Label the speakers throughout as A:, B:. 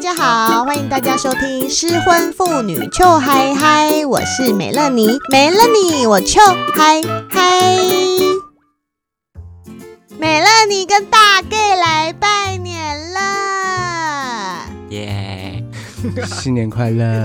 A: 家好，欢迎大家收听《失婚妇女糗嗨嗨》，我是美乐妮，美乐妮，我糗嗨嗨。美乐妮跟大 gay 来拜年了，
B: 耶、
C: 新年快乐！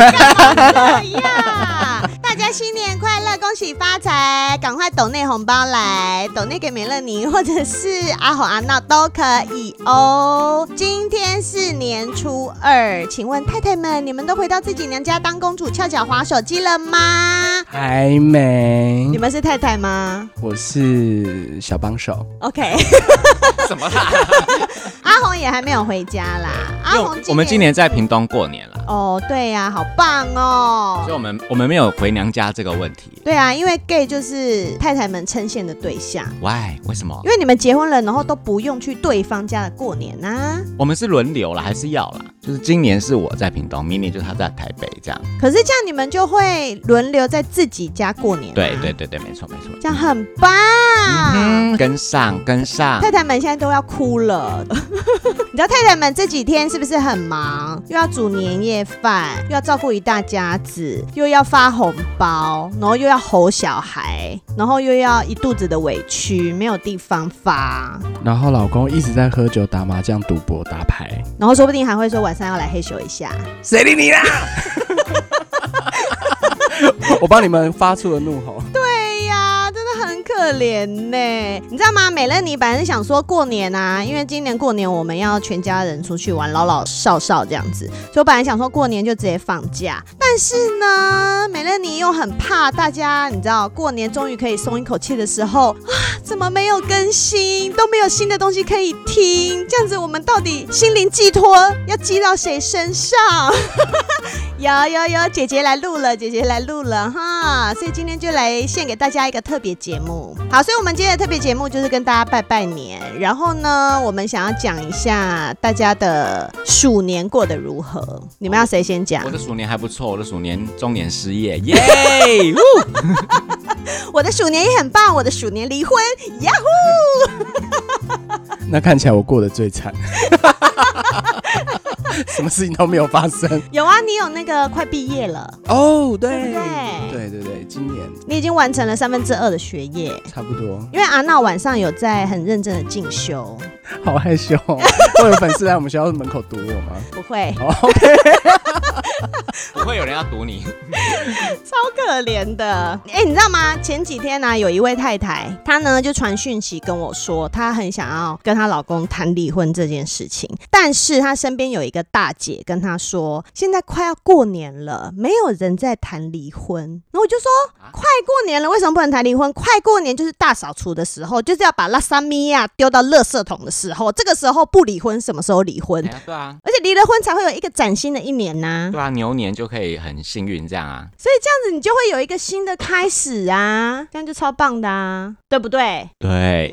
A: 哎呀，大家新年快乐，恭喜发财，赶快抖内红包来，抖内给美乐妮或者是阿红阿闹都可以哦。今天是年初二，请问太太们，你们都回到自己娘家当公主翘脚划手机了吗？
B: 嗯
C: 还没
A: 你，们是太太吗
C: 我是小帮手。
A: ？OK，
B: 怎么啦？
A: 阿红也还没有回家啦。阿红，
B: 我们今年在屏东过年啦，
A: 哦，对呀、好棒哦
B: 所以。我们我们没有回娘家这个问题。
A: 对啊，因为 gay 就是太太们称羡的对象。
B: Why？为什么
A: 因？为你们结婚了，然后都不用去对方家的过年啊呐、
B: 我们是轮流啦，还是要啦？就是今年是我在屏东，明年就是他在台北，这样。
A: 可是这样你们就会轮流在自己家过年、啊
B: 对对，对对，没错没错。
A: 这样很棒。
B: 嗯哼，跟上 跟上
A: 太。太们现在都要哭了， 你知道太太们这几天是不是很忙？又要煮年夜饭，又要照顾一大家子，又要发红包，然后又要吼小孩，然后又要一肚子的委屈，没有地方发，
C: 然后老公一直在喝酒、打麻将、赌博、打 牌。
A: 然后说不定还会说晚上要来嘿咻一下。
C: 谁理你啦？我帮你们发出了怒 吼。
A: 对呀，真的很可怜呢。你知道吗？美乐妮本来是想说过年啊，因为今年过年我们要全家人出去玩，老老少少这样子，所以我本来想说过年就直接放假。但是呢，美乐妮又很怕大家，你知道，过年终于可以松一口气的时候啊，怎么没有更新，都没有新的东西可以听，这样子我们到底心灵寄托要寄到谁身上？ 有有有，姐姐来录了，姐姐来录了哈，所以今天就来献给大家一个特别节目。好，所以我们今天的特别节目就是跟大家拜拜年，然后呢，我们想要讲一下大家的鼠年过得如何。你们要谁先讲
B: 我？的鼠年还不错，我的鼠年中年失业，耶、呜
A: 我的鼠年也很棒，我的鼠年离婚，呀呼！
C: 那看起来我过得最惨， 什么事情都没有发生。
A: 有啊，你有那个快毕业了，
C: 哦，
A: 对
C: 对
A: 不对
C: 对对对，今年
A: 你已经完成了三分之二的学业。
C: 差不 多。
A: 因为阿娜晚上有在很认真的进修，
C: 好害羞、哦，会有粉丝来我们学校门口堵我吗？
A: 不会，
C: 哦，OK、
B: 不会有人要堵你。
A: 超可怜的。哎、你知道吗？前几天呢、啊有一位太太，她呢就传讯息跟我说，她很想要跟她老公谈离婚这件事情，但是她身边有一个大姐跟她说，现在快要过年了，没有人在谈离婚。然后我就说，
B: 啊
A: 快过年了，为什么不能谈离婚？快过年就是大扫除的时候，就是要把拉萨米亚丢到垃圾桶的时候，这个时候不离婚，什么时候离婚
B: 哎？呀对啊，
A: 而且离了婚才会有一个崭新的一年呐、
B: 对啊，牛年就可以很幸运这样啊。
A: 所以这样子你就会有一个新的开始啊，这样就超棒的啊，对不对？
B: 对，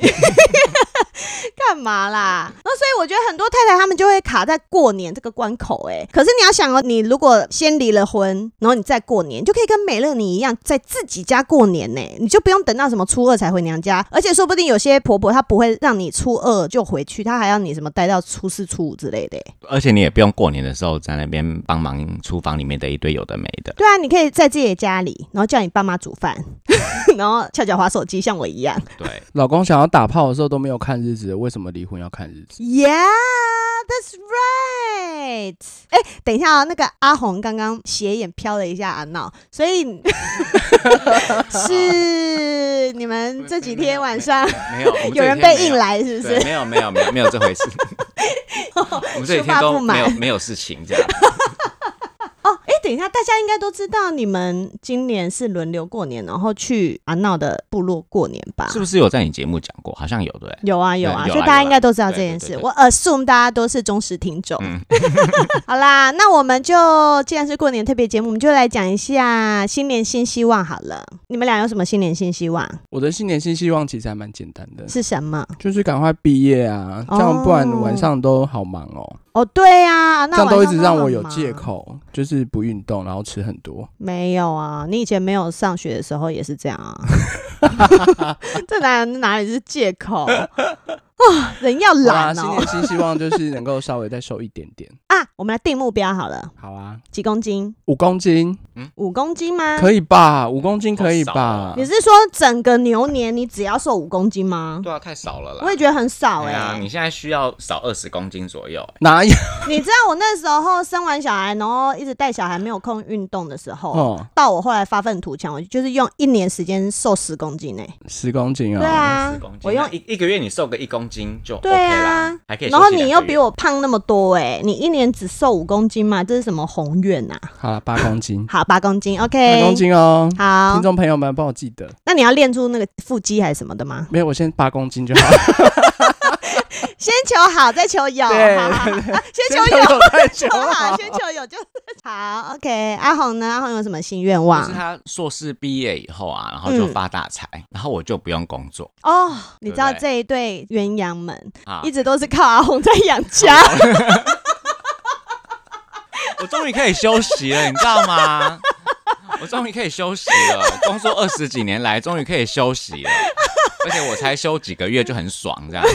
A: 干嘛啦？那所以我觉得很多太太她们就会卡在过年这个关口、欸，可是你要想哦，你如果先离了婚，然后你再过年，你就可以跟美乐你一样，在自己家过年呢、你就不用等到什么初二才回娘家，而且说不定有些婆婆她不会让你初二就回去，她还要你什么待到初四、初五之类的欸、
B: 而且你也不用过年的时候在那边帮忙厨房里面的一堆有的没的。
A: 对啊，你可以在自己的家里，然后叫你爸妈煮饭， 然后翘脚滑手机，像我一样。
B: 对，
C: 老公想要打炮的时候都没有看日子，为什么离婚要看日子？
A: Yeah, that's right。哎，等一下啊、那个阿红刚刚斜眼瞟了一下阿闹，所以是你们这几天晚上
B: 没 有，我们这几天
A: 有人被
B: 没
A: 硬来，是不
B: 对，
A: 是？
B: 没有没有没有没有这回事，我们这几天
A: 抒发不
B: 都
A: 满
B: 没有没有事情这样。
A: 哦， 哎，等一下，大家应该都知道，你们今年是轮流过年，然后去阿闹的部落过年吧？
B: 是不是有在你节目讲过？好像有对不对。
A: 有啊有
B: 有
A: 啊，
B: 啊
A: 所以大家应该都知道这
B: 有啊
A: 件
B: 对
A: 事
B: 对。对
A: 我 assume 大家都是忠实听众。
B: 嗯
A: 好啦，那我们就既然是过年特别节目，我们就来讲一下新年新希望好了。你们俩有什么新年新希望？
C: 我的新年新希望其实还蛮简单的，
A: 是什么？
C: 就是赶快毕业啊，
A: 哦
C: 这样不然晚上都好忙哦，
A: 哦，对啊，那
C: 这样
A: 晚上
C: 都一直让我
A: 很
C: 有
A: 忙啊
C: 借。口，就是不运动，然后吃很多。
A: 没有啊，你以前没有上学的 时候也是这样啊。这哪哪里是借口？人要
C: 好啦
A: 懒
C: 新
A: 哦
C: 年新希望就是能够稍微再瘦一点点。
A: 啊！我们来定目标好了，
C: 好啊，
A: 几公斤？
C: 五公斤
A: 五公斤吗？
C: 可以吧？五公斤可以
B: 好少？
C: 吧
B: 啊
A: 你是说整个牛年你只要瘦五公斤吗？
B: 对啊，太少了啦。
A: 我也觉得很少哎、
B: 对啊，你现在需要少二十公斤左右、
C: 哪有？
A: 你知道我那时候生完小孩，然后一直带小孩没有空运动的时候，
C: 哦，
A: 到我后来发愤图强，我就是用一年时间瘦十公斤哎、
C: 十公斤
A: 对
C: 哦。
A: 啊
B: 10公斤，
A: 我用
B: 那一一个月你瘦个一公斤就 OK
A: 对啊
B: 啦，还可以。
A: 然后你又比，我胖那么多哎、你一年只瘦五公斤嘛，这是什么宏愿呐、，
C: 好了，八公斤
A: 好，八公斤
C: 八
A: ，OK，
C: 公斤哦。
A: 哎好
C: 听。众朋友们，帮我记得，
A: 那你要练出那个腹肌还是什么的吗？
C: 没有，我先八公斤就 好了。
A: 先求好，再求有，
C: 对
A: 好好好啊先求
C: 先
A: 有。
C: 求有再 求
A: 好
C: 好
A: 啦，先求有就好。OK，阿红呢？阿红有什么新愿
B: 就
A: 望
B: 是？他硕士毕业以后啊，然后
A: 嗯
B: 就发大财，然后我就不用工作
A: 哦，你知道
B: 对不对
A: 这一对鸳鸯们
B: 啊
A: 一。直都 是靠阿红在养家，
B: 我终于可以休息了，你知道吗？我终于可以休息了，工作二十几年来，终于可以休息了，而且我才休几个月就很爽，这样。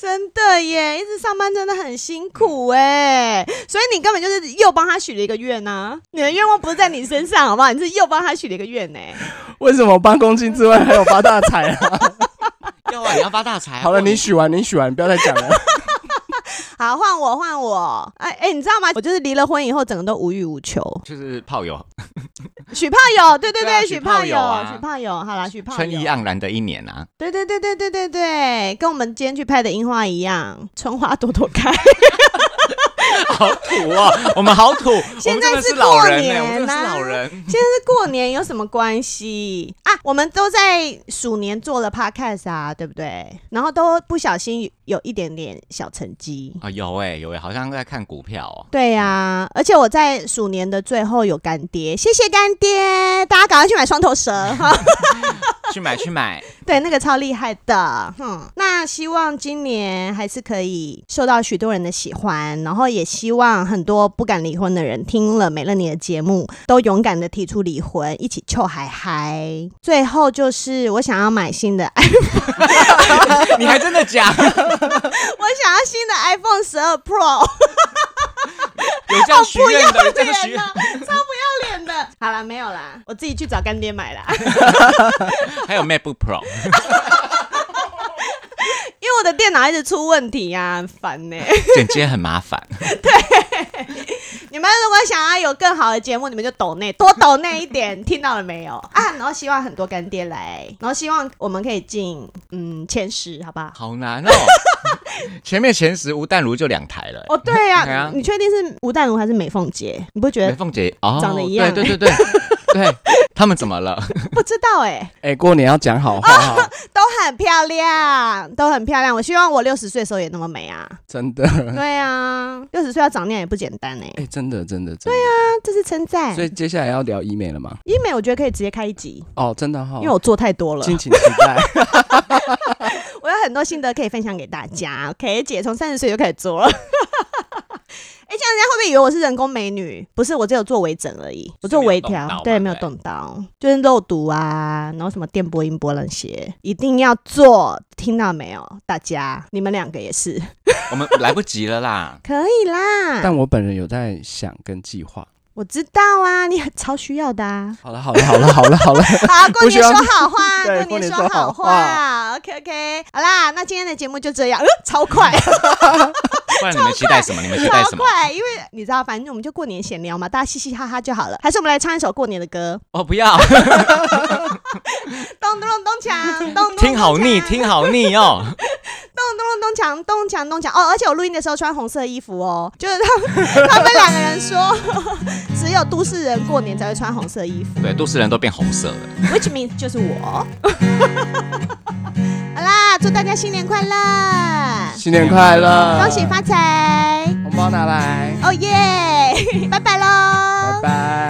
A: 真的耶！一直上班真的很辛苦哎，所以你根本就是又帮他许了一个愿呐、你的愿望不是在你身上好不好？你是又帮他许了一个愿哎呢。
C: 为什么八公斤之外还有发大财啊？
B: 要啊，你要发大财啊。
C: 好了，
B: 不然
C: 你许完，你许完，不要再 讲了。
A: 好，换我，换我。哎哎，你知道吗？我就是离了婚以后，整个都无欲无求。
B: 就是炮友
A: 许炮友，对对
B: 对啊
A: 许
B: 许
A: 炮
B: 炮
A: 友
B: 友啊，
A: 许炮友，好啦，许炮友。
B: 春意盎然的一年啊，
A: 对对对对对对对，跟我们今天去拍的樱花一样，春花朵朵开。
B: 好土啊！我们好土，
A: 现在
B: 我们真的
A: 是
B: 是老人
A: 过
B: 呢、
A: 年啊
B: 我们真的是老人。
A: 现在是过年有什么关系啊？我们都在鼠年做了 podcast 啊，对不对？然后都不小心有一点点小成绩。
B: 啊，有哎、有哎、好像在看股票哦。
A: 对呀、而且我在鼠年的最后有干爹，谢谢干爹，大家赶快去买双头蛇哈。
B: 去买去买，
A: 对，那个超厉害的，哼。那希望今年还是可以受到许多人的喜欢，然后也希望很多不敢离婚的人听了美乐你的节目，都勇敢的提出离婚，一起臭嗨嗨。最后就是我想要买新的， 我
B: 你还真的假？
A: 想要新的 iPhone 十二 Pro，
B: 有这样许愿的，有这样许
A: 哦脸啊
B: 愿
A: 呐，，超不要脸的。 好啦，没有啦，我自己去找干爹 买啦，
B: 还有 MacBook Pro，
A: 因为我的电脑一直出问题呀、很烦呢、
B: 剪接很麻烦。
A: 你们如果想要有更好的节目，你们就抖内多抖内一 点，听到了没有啊？然后希望很多干爹来，然后希望我们可以进嗯前十，好不好？
B: 好难哦。 前面前十吴淡如就两台了、
A: 哦，对
B: 对
A: 啊
B: 啊，
A: 你确定是吴淡如还是美凤姐？你不觉
B: 欸。
A: 得
B: 凤姐哦，
A: 长得一样
B: 对对对 对对，他们怎么了？
A: 不知道哎、
C: 哎，过年要讲好话哦，
A: 都很漂 亮，都很漂亮。我希望我六十岁的时候也那么美啊！
C: 真的。
A: 对啊，六十岁要长那样也不简单哎、
C: 哎，真的，真的，真的。
A: 那这是称赞
C: 所。以接下来要聊医美了吗？
A: 医美我觉得可以直接开一集，
C: 哦，真的哈
A: 因为，我做太多了，
C: 敬请期 待。
A: 我有很多心得可以分享给大家。OK，姐从三十岁就开始做了。哎、这样人家会不会以为我是人工美女？不是，我只有做微整而已，我做微
B: 没有动
A: 调
B: 刀，
A: 对，
B: 嘛
A: 没有
B: 对
A: 动刀，就是肉毒啊，然后什么电波、音波那些，一定要做，听到没有？大家，你们两个也是，
B: 我们来不及了啦。
A: 可以啦。
C: 但我本人有在想跟计划。
A: 我知道啊，你很超需要的啊。
C: 好了，好了，好了，好了，好了。
A: 好，过
C: 不需
A: 年
C: 要
A: 说好话，
C: 对
A: 过
C: 过
A: 年
C: 年
A: 说
C: 说
A: 好
C: 好
A: 话。OK OK，好啦，那今天的节目就这样，呃、超快。
B: 不然你们期待什么？你们 期待
A: 超
B: 什么？
A: 快，因为你知道，反正我们就过年闲聊嘛，大家嘻嘻哈哈就好了。还是我们来唱一首过年的歌，
B: 哦，不要，
A: 咚咚咚咚锵，咚咚咚
B: 听好腻，
A: 锵
B: 听好 腻哦。
A: 咚咚咚锵，咚锵咚锵。哦，而且我录音的时候穿红色衣服哦，就是他们他们两个人说，只有都市人过年才会穿红色衣服
B: 对，都市人都变红色了。
A: ，which means 就是我。 好啦，祝大家新年快乐，
C: 新年快乐，
A: 恭喜发财，Oh
C: 红包拿来，
A: 哦耶，拜拜喽，
C: 拜拜。